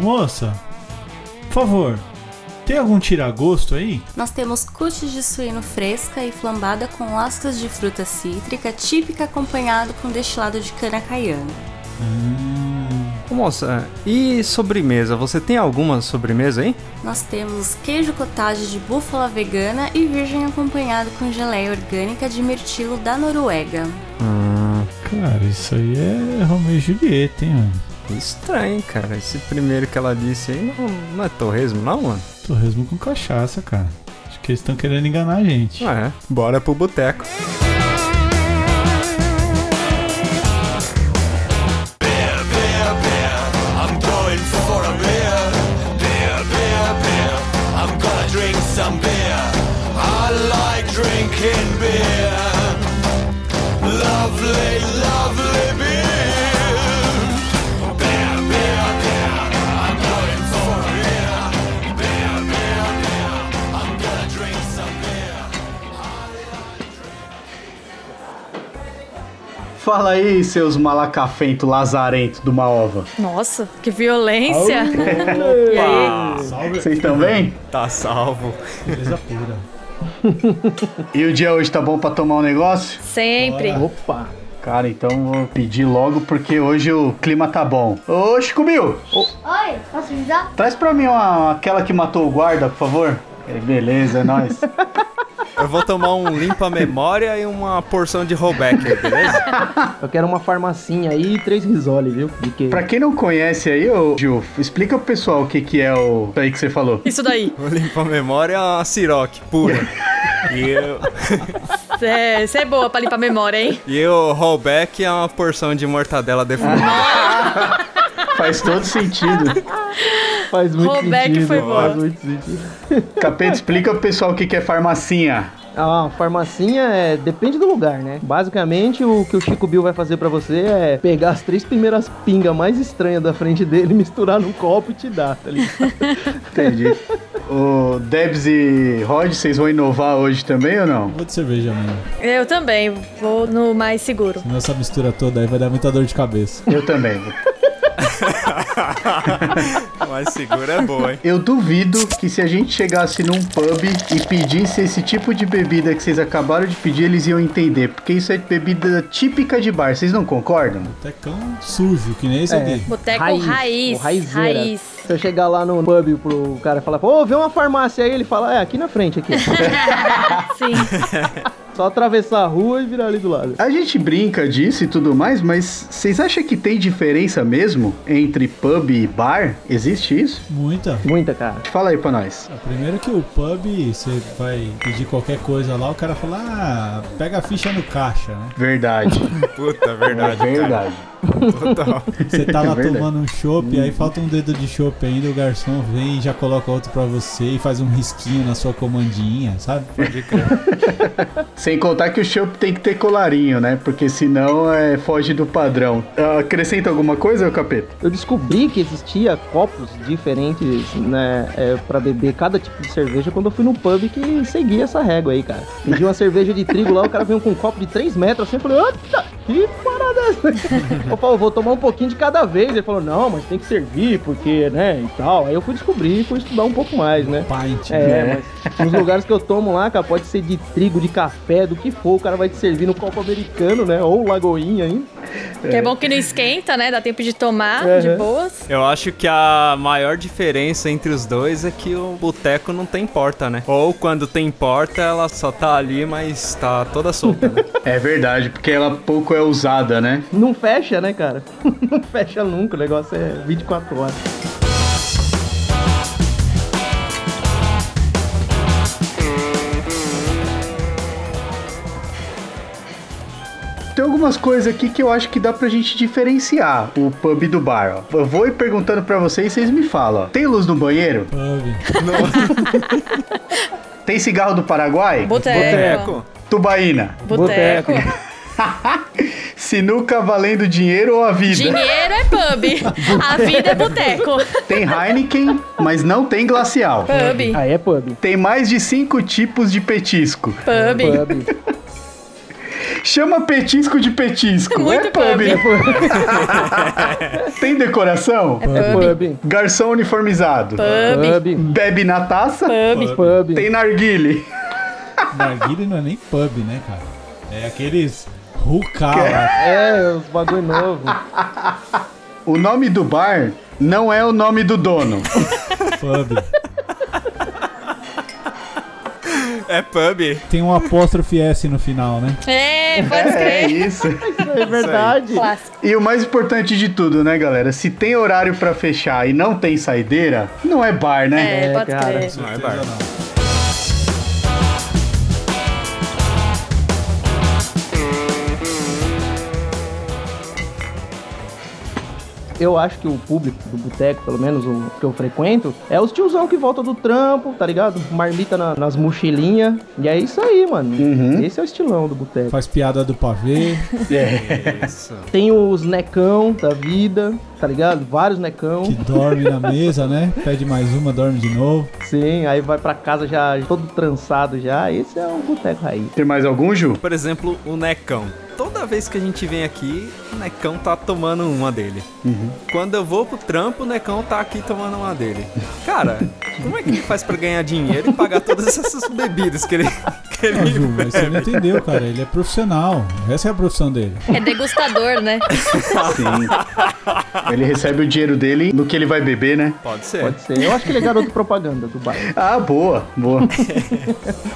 moça, por favor, tem algum tiragosto aí? Nós temos cutis de suíno fresca e flambada com lascas de fruta cítrica, típica acompanhado com destilado de cana caiana. Ô, moça, e sobremesa? Você tem alguma sobremesa aí? Nós temos queijo cottage de búfala vegana e virgem acompanhado com geleia orgânica de mirtilo da Noruega. Cara, isso aí é Romeu e Julieta, hein, mano? Estranho, cara. Esse primeiro que ela disse aí não, não é torresmo, não, mano? Torresmo com cachaça, cara. Acho que eles estão querendo enganar a gente. Ah, é. Bora pro boteco. beer, beer. I'm going for a beer. Beer, beer, beer. I'm gonna drink some beer. I like drinking beer. Lovely, lovely beer. Beer, beer, beer. I'm going for a beer. Beer, beer, beer. I'm gonna drink some beer. Fala aí, seus malacafento lazarento do Maova. Nossa, que violência! E aí? Salve, Vocês estão bem? Tá salvo. beleza pura. E o dia hoje tá bom pra tomar um negócio? Sempre! Opa! Cara, então vou pedir logo porque hoje o clima tá bom. Ô, Chico Bill, Oi, posso ajudar? traz pra mim uma- aquela que matou o guarda, por favor. É, Beleza, é nóis. Eu vou tomar um limpa-memória e uma porção de rollback, beleza? Eu quero uma farmacinha aí e três risole, viu? De que... pra quem não conhece aí, ô Gil, explica pro pessoal o que que é o... isso aí que você falou. Isso daí! O limpa-memória é uma siroque pura. E, eu, Você é boa pra limpar a memória, hein? e o rollback é uma porção de mortadela defumada. Faz todo sentido. Faz muito Rollback sentido. foi faz boa. muito sentido. Capeta, explica pro pessoal o que que é farmacinha. Ah, farmacinha é... depende do lugar, né? Basicamente, o que o Chico Bill vai fazer pra você é pegar as três primeiras pingas mais estranhas da frente dele, misturar num copo e te dar, tá ligado? Entendi. O Debs e Rod, vocês vão inovar hoje também ou não? Vou de cerveja, mano. Eu também, vou no mais seguro. Nessa mistura toda aí vai dar muita dor de cabeça. Eu também. Mas segura é boa, hein? Eu duvido que se a gente chegasse num pub e pedisse esse tipo de bebida que vocês acabaram de pedir, eles iam entender, porque isso é bebida típica de bar, vocês não concordam? Tecão sujo, que nem esse aqui. Boteco É raiz. o raizeira. Raiz. Se eu chegar lá no pub pro cara falar, ô, vê uma farmácia aí, ele fala, é, aqui na frente, aqui. Sim. Só atravessar a rua e virar ali do lado. A gente brinca disso e tudo mais, mas vocês acham que tem diferença mesmo entre pub e bar? Existe isso? Muita. Muita, cara. Fala aí pra nós. A Primeiro que o pub, você vai pedir qualquer coisa lá, o cara fala, ah, pega a ficha no caixa, né? Verdade. Puta, verdade, é cara. verdade. Total. Você tá lá É verdade. Hum. tomando um chopp, aí falta um dedo de chopp ainda, o garçom vem e já coloca outro pra você e faz um risquinho na sua comandinha, sabe? Sem contar que o chopp tem que ter colarinho, né? Porque senão é, foge do padrão. Ah, acrescenta alguma coisa, ô capeta? Eu descobri que existia copos diferentes, né, é, para beber cada tipo de cerveja quando eu fui num pub que seguia essa régua aí, cara. Pedi uma cerveja de trigo lá, o cara veio com um copo de 3 metros assim, eu falei, opa, que parada é essa? Eu falei, vou tomar um pouquinho de cada vez. Ele falou, não, mas tem que servir, porque, né, e tal. Aí eu fui descobrir, fui estudar um pouco mais, né. Pint. É, mas nos lugares que eu tomo lá, cara, pode ser de trigo, de café, do que for, o cara vai te servir no copo americano, né, ou lagoinha ainda. Que é bom que não esquenta, né? Dá tempo de tomar, Uhum. de boas. Eu acho que a maior diferença entre os dois é que o boteco não tem porta, né? Ou quando tem porta, ela só tá ali, mas tá toda solta, né? É verdade, porque ela pouco é usada, né? Não fecha, né, cara? Não fecha nunca, o negócio é 24 horas. Tem algumas coisas aqui que eu acho que dá pra gente diferenciar o pub do bar, ó. Eu vou ir perguntando pra vocês, vocês me falam. ó. Tem luz no banheiro? Pub. Tem cigarro do Paraguai? Boteco. Tubaína. Boteco. Sinuca valendo dinheiro ou a vida? Dinheiro é pub. A vida é boteco. Tem Heineken, mas não tem glacial. Pub. Aí é pub. Tem mais de cinco tipos de petisco. Pub. Pub. Chama petisco de petisco. Muito é pub. pub. Tem decoração? É pub. Garçom uniformizado. Pub. Pub. Bebe na taça? Pub. Pub. Tem narguile. Narguile não é nem pub, né, cara? É aqueles rucá lá. É, os bagulho novo. O nome do bar não é o nome do dono. Pub. É pub. Tem um apóstrofe S no final, né? É, pode É crer. isso. É verdade. Clássico. E o mais importante de tudo, né, galera? Se tem horário pra fechar e não tem saideira, não é bar, né? É, pode cara. crer. Não é bar. Eu acho que o público do boteco, pelo menos o que eu frequento, é os tiozão que volta do trampo, tá ligado? Marmita na- nas mochilinhas. E é isso aí, mano. Uhum. Esse é o estilão do boteco. Faz piada do pavê. Isso. Tem os necão da vida, tá ligado? Vários necão. que dorme na mesa, né? Pede mais uma, dorme de novo. Sim, aí vai pra casa já todo trançado já. Esse é o boteco raiz. Tem mais algum, Ju? Por exemplo, o Necão. Toda vez que a gente vem aqui, o Necão tá tomando uma dele. Uhum. Quando eu vou pro trampo, o Necão tá aqui tomando uma dele. Cara, como é que ele faz pra ganhar dinheiro e pagar todas essas bebidas que ele, Ah, que ele Ju, mas você não bebe? entendeu, cara. Ele é profissional. Essa é a profissão dele. É degustador, né? Sim. Ele recebe o dinheiro dele no que ele vai beber, né? Pode ser. Pode ser. Eu acho que ele é garoto propaganda do bairro. Ah, boa, boa.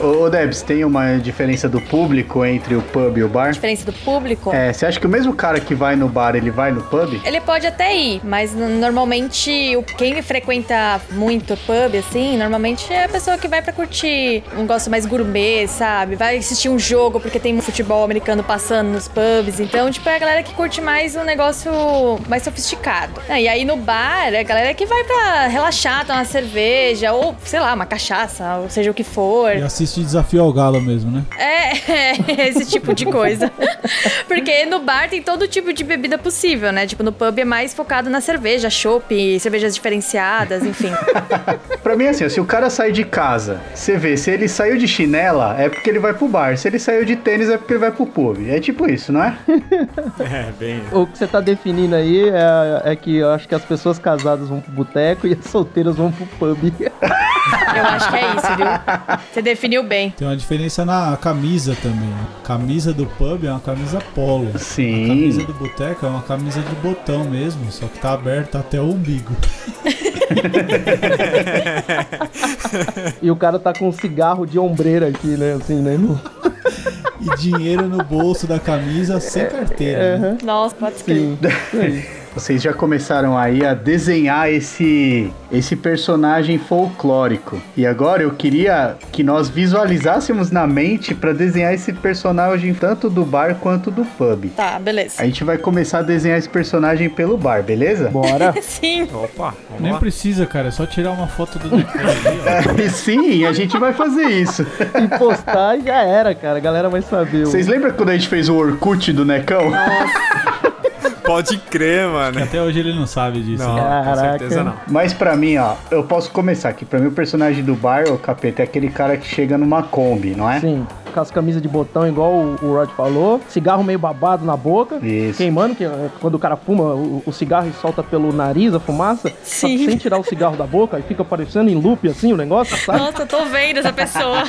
ô, ô, Debs, tem uma diferença do público entre o pub e o bar? Diferença do público. É, você acha que o mesmo cara que vai no bar, ele vai no pub? Ele pode até ir, mas n- normalmente o- quem frequenta muito pub, assim, normalmente é a pessoa que vai pra curtir um negócio mais gourmet, sabe? Vai assistir um jogo porque tem futebol americano passando nos pubs. Então, tipo, é a galera que curte mais um negócio mais sofisticado. Ah, E aí no bar, é a galera que vai pra relaxar, tomar uma cerveja, ou sei lá, uma cachaça, ou seja o que for. E assiste Desafio ao Galo mesmo, né? É, é, esse tipo de coisa. Porque no bar tem todo tipo de bebida possível, né? Tipo, no pub é mais focado na cerveja, chopp, cervejas diferenciadas, enfim. Pra mim, é assim, ó, se o cara sai de casa, você vê, se ele saiu de chinela, é porque ele vai pro bar. Se ele saiu de tênis, é porque ele vai pro pub. É tipo isso, não é? É, bem. O que você tá definindo aí é, é que eu acho que as pessoas casadas vão pro boteco e as solteiras vão pro pub. Eu acho que é isso, viu? Você definiu bem. Tem uma diferença na camisa também. A camisa do pub é uma camisa polo. A camisa Sim. do boteco é uma camisa de botão mesmo, só que tá aberta até o umbigo. E o cara tá com um cigarro de ombreira aqui, né? Assim, né? No- E dinheiro no bolso da camisa sem carteira. né? Nossa, pode crer. Sim. Isso aí. Vocês já começaram aí a desenhar esse, esse personagem folclórico. E agora eu queria que nós visualizássemos na mente pra desenhar esse personagem tanto do bar quanto do pub. Tá, A beleza. gente vai começar a desenhar esse personagem pelo bar, beleza? Bora. Sim. Opa, vamos Né? Nem lá. precisa, cara. É só tirar uma foto do Necão ali, É, Sim, a gente vai fazer isso. E postar e já era, cara. A galera vai saber. Vocês lembram quando a gente fez o Orkut do Necão? Pode crer, mano. ó. Até hoje ele não sabe disso. Não, né? com Caraca. certeza não. Mas pra mim, ó, eu posso começar aqui. Pra mim, o personagem do bar, o capeta, é aquele cara que chega numa Kombi, não é? Sim, com as camisas de botão, igual o o Rod falou. Cigarro meio babado na boca. Isso. Queimando, que eh, quando o cara fuma, o, o cigarro solta pelo nariz a fumaça. só que Sim. Sem tirar o cigarro da boca e fica parecendo em loop assim o negócio, sabe? Nossa, eu tô vendo essa pessoa.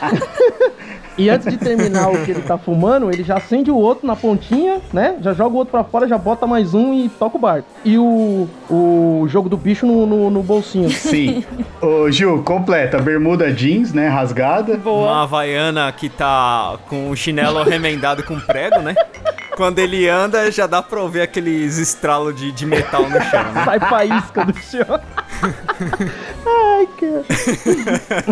E antes de terminar o que ele tá fumando, ele já acende o outro na pontinha, né? Já joga o outro pra fora, já bota mais um e toca o barco. E o, o jogo do bicho no, no, no bolsinho. Sim. Ô, Gil, completa. Bermuda jeans, né? Rasgada. Uma havaiana que tá com o chinelo remendado com prego, né? Quando ele anda, já dá pra ouvir aqueles estralos de, de metal no chão, né? Sai faísca do chão. Ai, cara.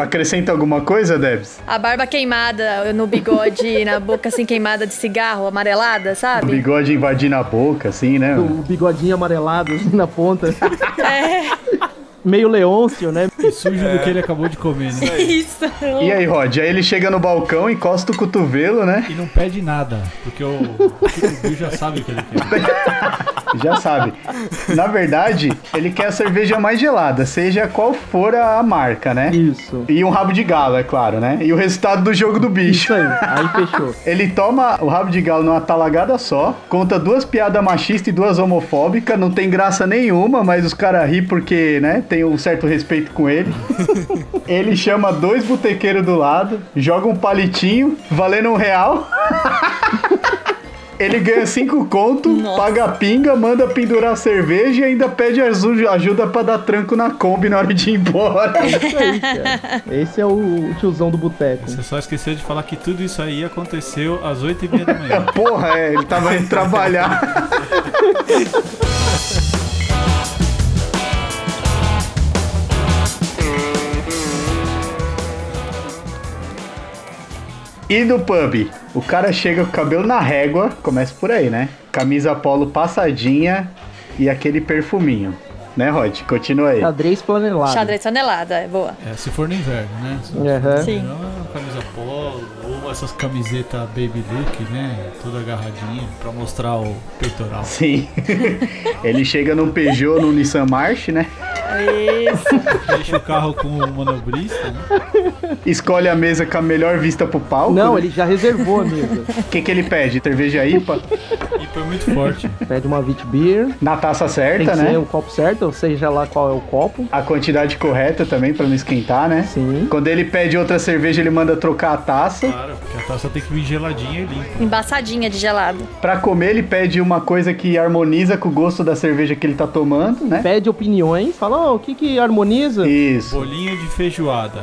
Acrescenta alguma coisa, Debs? A barba queimada no bigode, na boca assim queimada de cigarro, amarelada, O sabe? bigode invadindo a boca, assim, né? O bigodinho amarelado assim na ponta. meio Leôncio, né? E sujo do que ele acabou de comer, né? Isso. E aí, Rod? Aí ele chega no balcão, encosta o cotovelo, né? E não pede nada, porque o Bill já sabe o que ele quer. Já sabe. Na verdade, ele quer a cerveja mais gelada, seja qual for a marca, né? Isso. E um rabo de galo, é claro, né? E o resultado do jogo do bicho. Isso aí. Aí fechou. Ele toma o rabo de galo numa talagada só, conta duas piadas machistas e duas homofóbicas, não tem graça nenhuma, mas os caras ri porque, né, tem um certo respeito com ele. ele chama dois botequeiros do lado, joga um palitinho, valendo um real. Ele ganha cinco conto, paga a pinga, manda pendurar a cerveja e ainda pede azu- ajuda pra dar tranco na Kombi na hora de ir embora. Esse é o tiozão do boteco. Você só esqueceu de falar que tudo isso aí aconteceu às 8h30 da manhã. Porra, é, ele tava indo trabalhar. E no pub, o cara chega com o cabelo na régua, começa por aí, né? Camisa polo passadinha e aquele perfuminho. Né, Rod? Continua aí. Xadrez planelado. Xadrez tonelada, é boa. É, se for no inverno, né? Se Aham. Sim. Não, camisa polo, ou essas camisetas baby look, né? Toda agarradinha, pra mostrar o peitoral. Sim. ele chega num Peugeot, num Nissan March, né? Deixa o carro com o manobrista, né? Escolhe a mesa com a melhor vista pro palco. Não, né? ele já reservou a mesa. O que, que ele pede? Cerveja IPA? E foi muito forte. Pede uma Vit Beer. Na taça Tem certa, que ser né? o copo certo, ou seja lá qual é o copo. A quantidade correta também pra não esquentar, né? Sim. Quando ele pede outra cerveja, ele manda trocar a taça. Claro, porque a taça tem que vir geladinha e limpa. Embaçadinha de gelado. Pra comer, ele pede uma coisa que harmoniza com o gosto da cerveja que ele tá tomando, né? Pede opiniões. Fala, ó, o que que harmoniza? Isso. Bolinho de feijoada.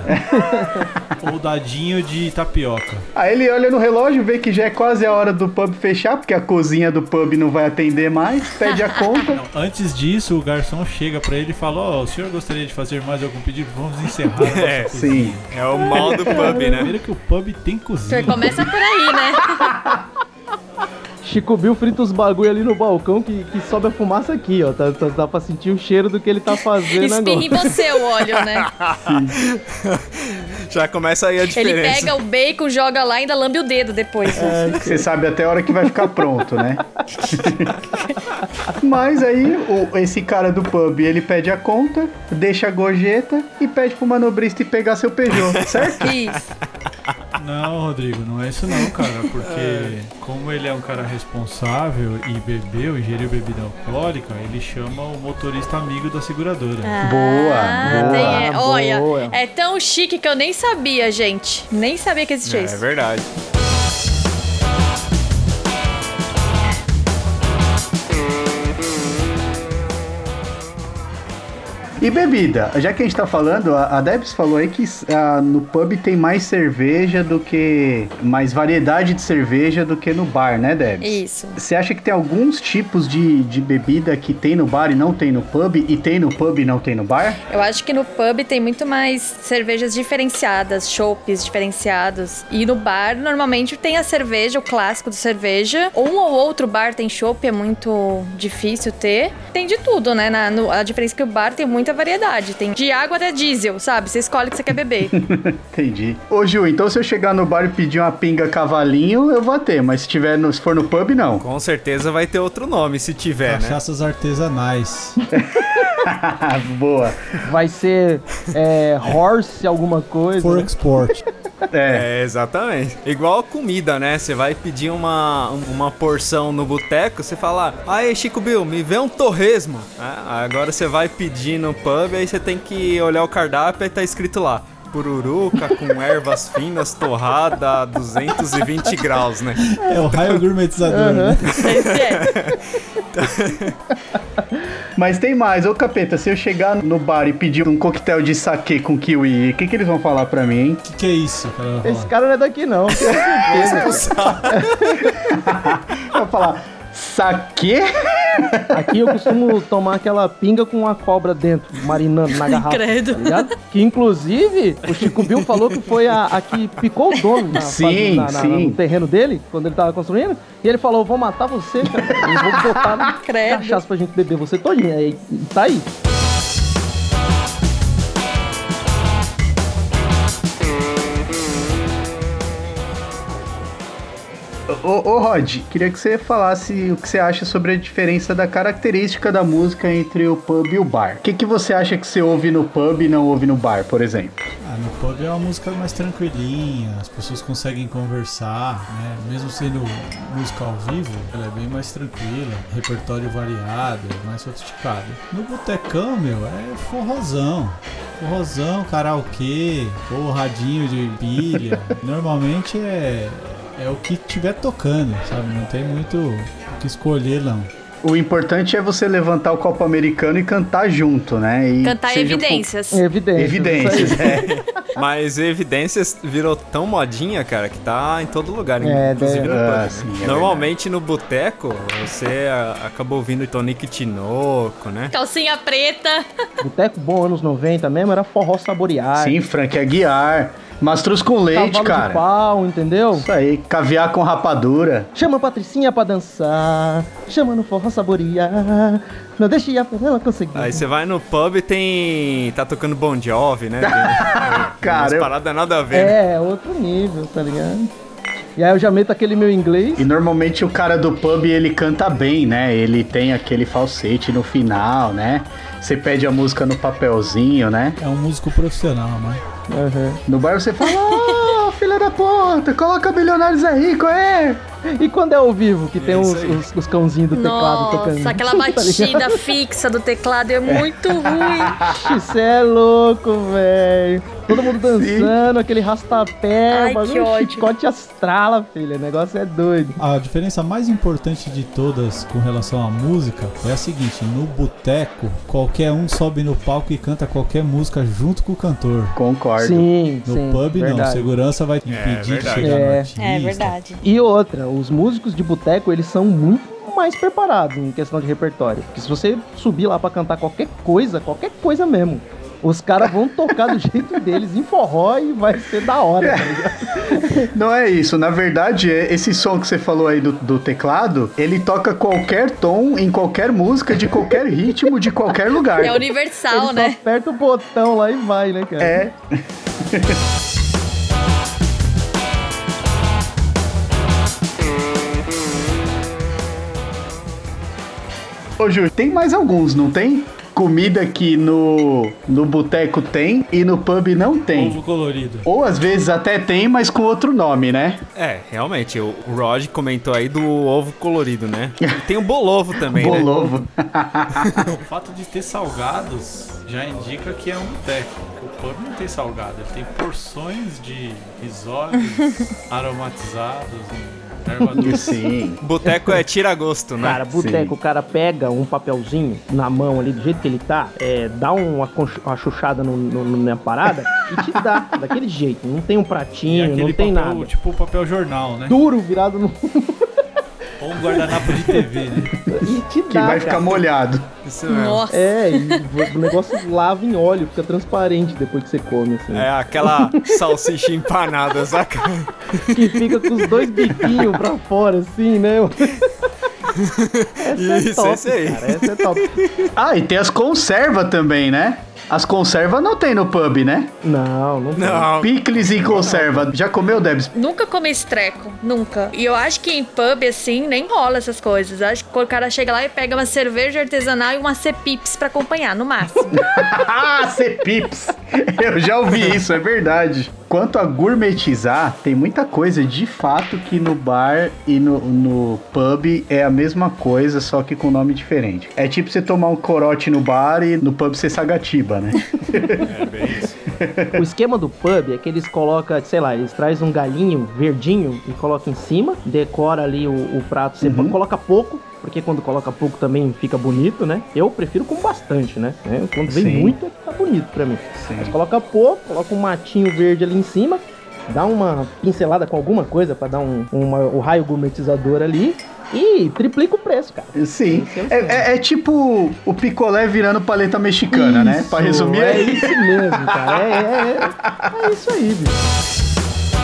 ou dadinho de tapioca. Aí ele olha no relógio, vê que já é quase a hora do pub fechar, porque a cozinha do pub não vai atender mais, pede a conta. Antes disso, o garçom chega pra ele e fala: Ó, o senhor gostaria de fazer mais algum pedido? Vamos encerrar. a nossa É, cozinha." Sim. É o mal do pub, né? Primeiro que o pub tem cozinha. Começa por aí, né? Chico Bill frita os bagulho ali no balcão que, que sobe a fumaça aqui, ó. Tá, tá- dá pra sentir o cheiro do que ele tá fazendo Espirra em agora. você o óleo, né? Já começa aí a Ele diferença. pega o bacon, joga lá e ainda lambe o dedo depois. né? Você sabe até a hora que vai ficar pronto, né? Mas aí, o- esse cara do pub, ele pede a conta, deixa a gorjeta e pede pro manobrista ir pegar seu Peugeot, certo? Isso. Não, Rodrigo, não é isso não, cara. Porque como ele é um cara responsável e bebeu, ingeriu bebida alcoólica, ele chama o motorista amigo da seguradora. É. Boa, Ah, boa. tem. É, olha, boa. é tão chique que eu nem sabia, gente. Nem sabia que existia É isso. verdade. E bebida? Já que a gente tá falando, a, a Debs falou aí que ah, no pub tem mais cerveja do que. mais variedade de cerveja do que no bar, né, Debs? Isso. Você acha que tem alguns tipos de, de bebida que tem no bar e não tem no pub? E tem no pub e não tem no bar? Eu acho que no pub tem muito mais cervejas diferenciadas, chopes diferenciados. E no bar, normalmente tem a cerveja, o clássico do cerveja. Ou Um ou outro bar tem chopp, é muito difícil ter. Tem de tudo, né? Na- no- a diferença é que o bar tem muita variedade. Tem de água até diesel, sabe? Você escolhe o que você quer beber. Entendi. Ô, Ju, então se eu chegar no bar e pedir uma pinga cavalinho, eu vou ter, mas se, tiver no- se for no pub, não. Com certeza vai ter outro nome se tiver, né? Cachaças artesanais. Ah, boa. Vai ser é, horse alguma coisa. For né? export. É. É, exatamente. Igual comida, né? Você vai pedir uma, uma porção no boteco, você fala, aí Chico Bill, me vê um torresmo. Ah, agora você vai pedir no pub, aí você tem que olhar o cardápio e tá escrito lá. Pururuca com ervas finas, torrada a 220 graus, né? É o raio gourmetizador, né? Esse é. Mas tem mais. Ô, capeta, se eu chegar no bar e pedir um coquetel de saquê com kiwi, o que, que eles vão falar pra mim, hein? O que, que é isso? O cara vai Esse falar. cara não é daqui, não. Com é certeza. Eu vou falar, saquê? Aqui eu costumo tomar aquela pinga com uma cobra dentro, marinando na garrafa. Credo. Tá ligado? Que inclusive o Chico Bill falou que foi a, a que picou o dono na, Sim, fazenda- na, sim. no terreno dele, quando ele tava construindo. E ele falou: vou matar você, cara. E vou botar Credo. é, tá cachaça pra gente beber você todinha. E, e tá aí. Ô, ô Rod, queria que você falasse o que você acha sobre a diferença da característica da música entre o pub e o bar. O que, que você acha que você ouve no pub e não ouve no bar, por exemplo? Ah, no pub é uma música mais tranquilinha, as pessoas conseguem conversar, né? Mesmo sendo música ao vivo, ela é bem mais tranquila, repertório variado, mais sofisticado. No botecão, meu, é forrozão. Forrozão, karaokê, ou radinho de pilha. Normalmente é, é o que tiver tocando, sabe? Não tem muito o que escolher, não. O importante é você levantar o copo americano e cantar junto, né? E Cantar seja um pouco- evidências. Evidência. Evidências, é. Mas evidências virou tão modinha, cara, que tá em todo lugar, É, inclusive deve- no pub. Ah, né? sim, é verdade. Normalmente no boteco, você a- acaba ouvindo Tonic Tinoco, né? Calcinha preta. Boteco bom, anos 90 mesmo, era forró saborear. é. Sim, Frank Aguiar. Mastruz com cavalo leite, de cara. pau, entendeu? Isso aí, caviar com rapadura. Chama a Patricinha pra dançar, chama no forró saborear, não deixe a ela conseguir. Aí você vai no pub e tem. tá tocando Bon Jovi, né? Tem- Cara, umas eu- paradas nada a tá ver. né? É, outro nível, tá ligado? E aí eu já meto aquele meu inglês. E normalmente o cara do pub ele canta bem, né? Ele tem aquele falsete no final, né? Você pede a música no papelzinho, né? É um músico profissional, né? Aham. No bar você fala, ah, filha da puta, coloca milionários aí, qual é? E quando é ao vivo, que tem os, isso aí. os, os cãozinhos do teclado tocando. Tá Nossa, aquela batida fixa do teclado é muito ruim. Isso é louco, velho. Todo mundo dançando, aquele rastapé, Ai, o que bagulho ódio. chicote astrala, filha. O negócio é doido. A diferença mais importante de todas com relação à música é a seguinte: no boteco, qualquer um sobe no palco e canta qualquer música junto com o cantor. "Ah, Concordo. Sim, No sim. pub, não. verdade. Segurança vai te impedir de verdade. chegar no É. artista. É verdade. E outra, os músicos de boteco, eles são muito mais preparados em questão de repertório. Porque se você subir lá pra cantar qualquer coisa, qualquer coisa mesmo, os caras vão tocar do jeito deles em forró e vai ser da hora. tá ligado? Não é isso, na verdade, é- esse som que você falou aí do, do teclado, ele toca qualquer tom, em qualquer música, de qualquer ritmo, de qualquer lugar. É universal, Ele só né? aperta o botão lá e vai, né, cara? É. Ô, Ju, tem mais alguns, não tem? Comida que no, no boteco tem e no pub não tem. Ovo colorido. Ou às vezes até tem, mas com outro nome, né? É, realmente, o o Rod comentou aí do ovo colorido, né? E tem o bolovo também, né? Bolovo. O fato de ter salgados já indica que é um boteco. O pub não tem salgado, ele tem porções de risoles aromatizados, em erva doce. Sim. Boteco é tira-gosto, né? Cara, boteco, o cara pega um papelzinho na mão ali, do jeito que ele tá, é, dá uma, conch- uma chuchada no, no- no- na parada e te dá, daquele jeito. Não tem um E pratinho, aquele não tem papel, nada. tipo papel jornal, né? Duro virado no. Ou um guardanapo de TV, né? e te dá. Que vai cara. ficar molhado. Isso mesmo. Nossa. É, e o- o negócio lava em óleo, fica transparente depois que você come, assim. É aquela salsicha empanada, saca? Que fica com os dois biquinhos pra fora, assim, né? Essa Isso, esse aí. Cara, essa é top. Ah, e tem as conservas também, né? As conservas não tem no pub, né? Não, não. Não. Picles e conserva. Já comeu, Debs? Nunca comi esse treco, nunca. E eu acho que em pub, assim, nem rola essas coisas. Eu Acho que quando o cara chega lá e pega uma cerveja artesanal e uma cepips pra acompanhar, no máximo. Ah, Cepips! Eu já ouvi isso, é verdade. Quanto a gourmetizar, tem muita coisa de fato que no bar e no, no pub é a mesma coisa, só que com nome diferente. É tipo você tomar um corote no bar e no pub você sagatiba, né? O esquema do pub é que eles colocam, sei lá, eles trazem um galinho verdinho e colocam em cima, decora ali o, o prato, você Uhum. coloca pouco, porque quando coloca pouco também fica bonito, né? Eu prefiro com bastante, né? É, Quando vem Sim. muito é que tá bonito pra mim. Sim. Mas coloca pouco, coloca um matinho verde ali em cima, dá uma pincelada com alguma coisa pra dar um, uma- o raio gourmetizador ali e triplica o preço, cara. Sim. Esse É, é o esquema. é- é tipo o picolé virando paleta mexicana, né? Pra Isso, resumir, é é isso. isso mesmo, cara. É, é- é- é isso aí, bicho.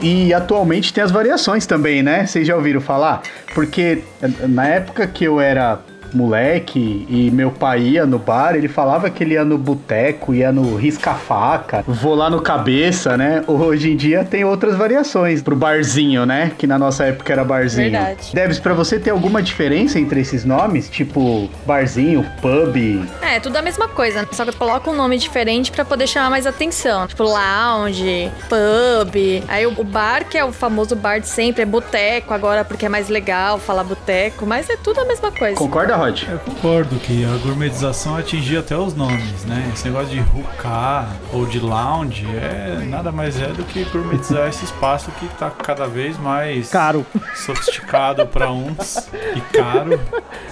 E atualmente tem as variações também, né? Vocês já ouviram falar? Porque eh, na época que eu era moleque e meu pai ia no bar, ele falava que ele ia no boteco, ia no risca-faca, vou lá no cabeça, né? Hoje em dia tem outras variações pro barzinho, né? Que na nossa época era barzinho. Verdade. Debs, pra você tem alguma diferença entre esses nomes? Tipo, barzinho, pub, É, tudo a mesma coisa, só que coloca um nome diferente pra poder chamar mais atenção. Tipo, lounge, pub. Aí o o bar, que é o famoso bar de sempre, é boteco agora, porque é mais legal falar boteco, mas é tudo a mesma coisa. Concorda, Rod? Eu concordo que a gourmetização atingia até os nomes, né? Esse negócio de hookah ou de lounge é nada mais é do que gourmetizar esse espaço que tá cada vez mais Caro. sofisticado para uns e caro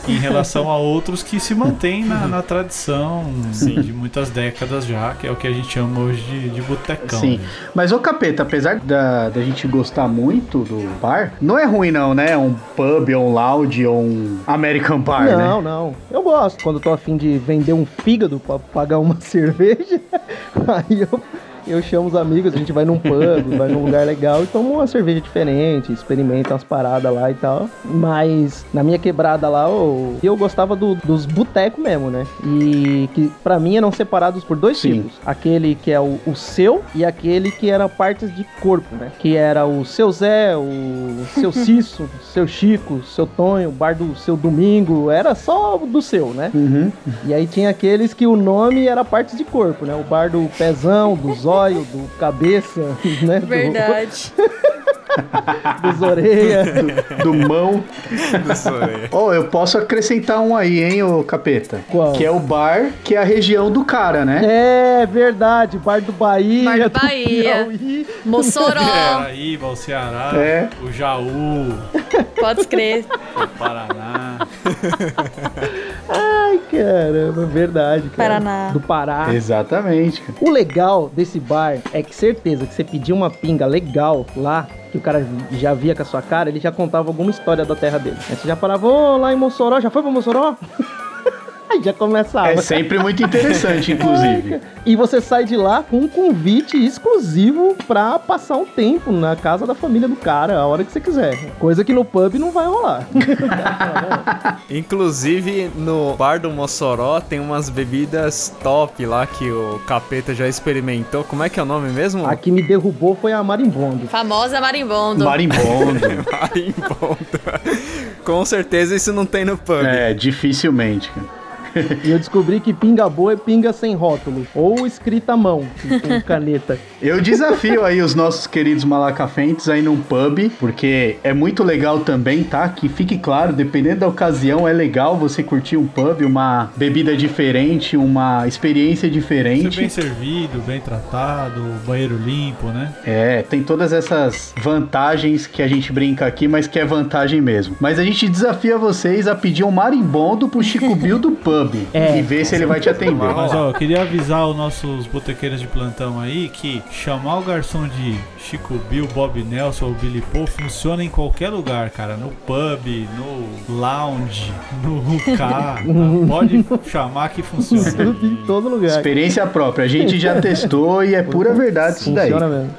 em relação a outros que se mantém na, na tradição de muitas décadas já, que é o que a gente chama hoje de, de botecão. Sim. né? Mas, ô Capeta, apesar da, da gente gostar muito do bar, não é ruim não, né? Um pub, ou um lounge, ou um American Bar, né? Não, não. Eu gosto. Quando eu tô afim de vender um fígado pra pagar uma cerveja, aí eu, eu chamo os amigos, a gente vai num pub, vai num lugar legal e toma uma cerveja diferente, experimenta umas paradas lá e tal. Mas na minha quebrada lá, eu, eu gostava do- dos botecos mesmo, né? E que pra mim eram separados por dois Sim. tipos. Aquele que é o, o seu e aquele que era partes de corpo, né? Que era o seu Zé, o seu Cício, o seu Chico, o seu Tonho, o bar do seu Domingo, era só do seu, né? Uhum. E aí tinha aqueles que o nome era partes de corpo, né? O bar do pezão, do zóio, do cabeça, né? Do- Verdade. dos orelhas. Do mão. é. Não sou eu. Ô, eu posso acrescentar um aí, hein, ô Capeta? Qual? Que é o bar, que é a região do cara, né? É verdade, bar do Bahia, Bar do do Bahia. Piauí. Mossoró, Paraíba, o Ceará, É. o Jaú, pode crer. o Paraná. Ai, caramba, verdade, cara. Paraná. Do Pará. Exatamente, cara. O legal desse bar é que certeza que você pedir uma pinga legal lá, que o cara já via com a sua cara, ele já contava alguma história da terra dele. Aí você já parava, ô, lá em Mossoró, já foi pra Mossoró? Aí já começava. É sempre muito interessante, inclusive. E você sai de lá com um convite exclusivo pra passar um tempo na casa da família do cara, a hora que você quiser. Coisa que no pub não vai rolar. Inclusive, no bar do Mossoró tem umas bebidas top lá que o Capeta já experimentou. Como é que é o nome mesmo? A que me derrubou foi a Marimbondo. Famosa Marimbondo. Marimbondo. Marimbondo. Com certeza isso não tem no pub. É, dificilmente, cara. E eu descobri que pinga boa é pinga sem rótulo. Ou escrita à mão, com caneta. Eu desafio aí os nossos queridos malacafentes aí num pub, porque é muito legal também, tá? Que fique claro, dependendo da ocasião, é legal você curtir um pub, uma bebida diferente, uma experiência Ser é bem diferente. servido, bem tratado, banheiro limpo, né? É, tem todas essas vantagens que a gente brinca aqui, mas que é vantagem mesmo. Mas a gente desafia vocês a pedir um marimbondo pro Chico Bill do pub É. e ver se ele vai te atender. Mas ó, eu queria avisar os nossos botequeiros de plantão aí que chamar o garçom de Chico Bill, Bob Nelson ou Billy Paul funciona em qualquer lugar, cara. No pub, no lounge, no hookah. tá? Pode chamar que funciona. Tudo em todo lugar. Experiência própria, a gente já testou e é pura verdade isso daí. Funciona mesmo.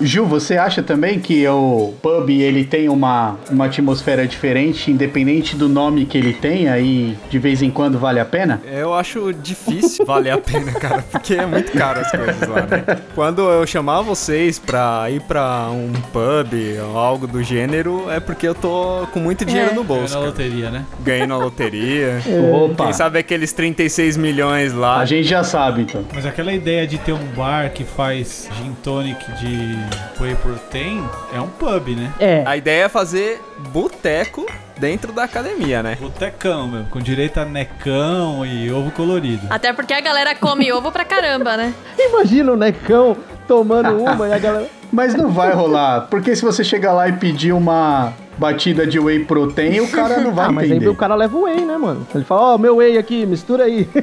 Ju, você acha também que o pub ele tem uma, uma atmosfera diferente, independente do nome que ele tem, aí de vez em quando vale a pena? Eu acho difícil valer a pena, cara, porque é muito caro as coisas lá, né? Quando eu chamar vocês pra ir pra um pub ou algo do gênero, é porque eu tô com muito dinheiro É. no É bolso. na cara. loteria, né? Ganhei na loteria. É, Opa! Quem sabe aqueles 36 milhões lá. A gente já sabe, então. Mas aquela ideia de ter um bar que faz gin tonic de whey protein é um pub, né? É. A ideia é fazer boteco dentro da academia, né? Botecão, meu, com direito a necão e ovo colorido. Até porque a galera come ovo pra caramba, né? Imagina o necão tomando uma e a galera. Mas não vai rolar, porque se você chegar lá e pedir uma batida de whey protein, o cara não vai Ah, mas aí entender. o cara leva o whey, né, mano? Ele fala, ó, meu whey aqui, mistura aí.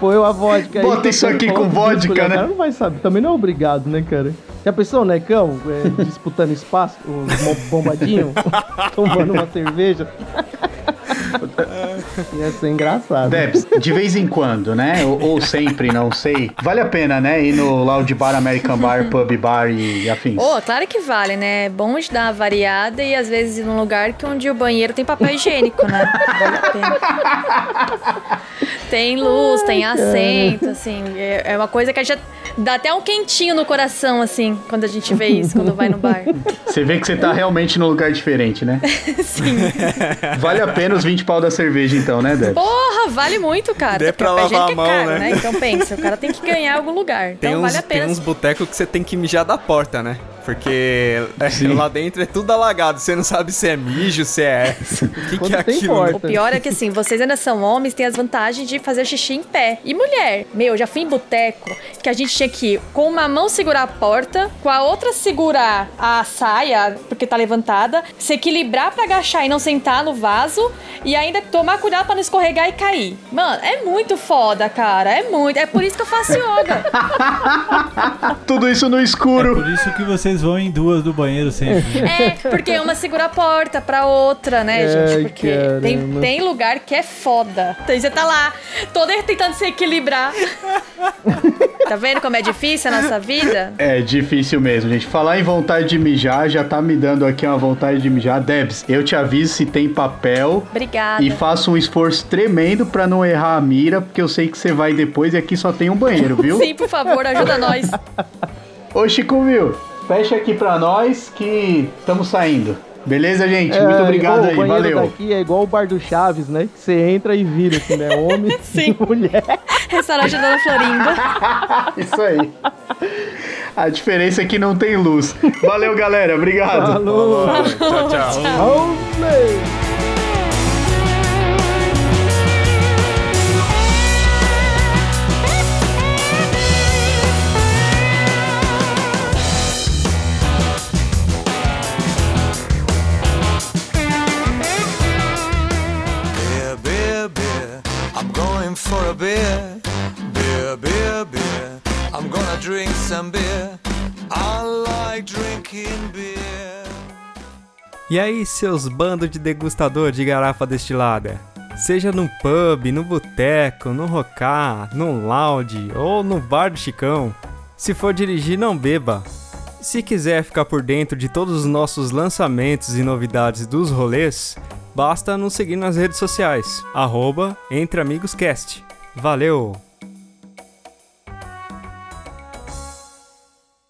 Põe uma vodka aí. Bota que eu isso aqui tô com biscoito, vodka, O né? cara não vai saber, também não é obrigado, né, cara? Já pensou, né, cão? É, disputando espaço, o mo- bombadinho, tomando uma cerveja. Ia ser engraçado. Debs, de vez em quando, né? Ou, ou sempre, não sei. Vale a pena, né? Ir no Loud Bar, American Bar, Pub Bar e afins. Ô, claro que vale, né? É bom de dar uma variada e às vezes ir num lugar que onde o banheiro tem papel higiênico, né? Vale a pena. Tem luz, tem assento, assim. É é uma coisa que já dá até um quentinho no coração, assim, quando a gente vê isso, quando vai no bar. Você vê que você tá realmente num lugar diferente, né? Sim. Vale a pena os 20 pau da cerveja, então, né, Debs? Porra, vale muito, cara. Dê Até porque pra papel lavar higiênico a é mão, caro, né? Então pensa, o cara tem que ganhar em algum lugar. Então Tem uns, vale a tem pena. uns botecos que você tem que mijar da porta, né? Porque é, lá dentro é tudo alagado. Você não sabe se é mijo, se é. O que, que é Quando tem aquilo? porta. O pior é que assim, vocês ainda são homens, tem as vantagens de fazer xixi em pé. E mulher, meu, já fui em boteco que a gente tinha que com uma mão segurar a porta, com a outra segurar a saia, porque tá levantada, se equilibrar pra agachar e não sentar no vaso, e ainda tomar cuidado pra não escorregar e cair. Mano, é muito foda, cara. É muito. É por isso que eu faço yoga. Tudo isso no escuro. É Por isso que vocês vão em duas do banheiro sempre. né? É, porque uma segura a porta pra outra, né, Ai, gente? Porque tem, caramba. tem lugar que é foda. Então você tá lá, todo tentando se equilibrar. tá vendo como é difícil a nossa vida? É difícil mesmo, gente. Falar em vontade de mijar já tá me dando aqui uma vontade de mijar. Debs, eu te aviso se tem papel Obrigada. e faço um esforço tremendo pra não errar a mira, porque eu sei que você vai depois e aqui só tem um banheiro, viu? Sim, por favor, ajuda nós. Ô, Chico Mil, fecha aqui pra nós que estamos saindo. Beleza, gente? Muito É, obrigado ô, aí, O banheiro valeu. daqui é igual o bar do Chaves, né? Que você entra e vira, assim, né? Homem Sim. e mulher. Restaurante da Dona Florinda. Isso aí. A diferença é que não tem luz. Valeu, galera. Obrigado. Falou. Tchau, tchau. Falou. Beer, beer, beer, I'm going for a beer. Beer, beer, beer, I'm gonna drink some beer. I like drinking beer. E aí, seus bandos de degustador de garrafa destilada? Seja no pub, no boteco, no rocá, no lounge ou no bar do Chicão. Se for dirigir, não beba. Se quiser ficar por dentro de todos os nossos lançamentos e novidades dos rolês, basta nos seguir nas redes sociais, arroba Entre Amigos Cast. Valeu!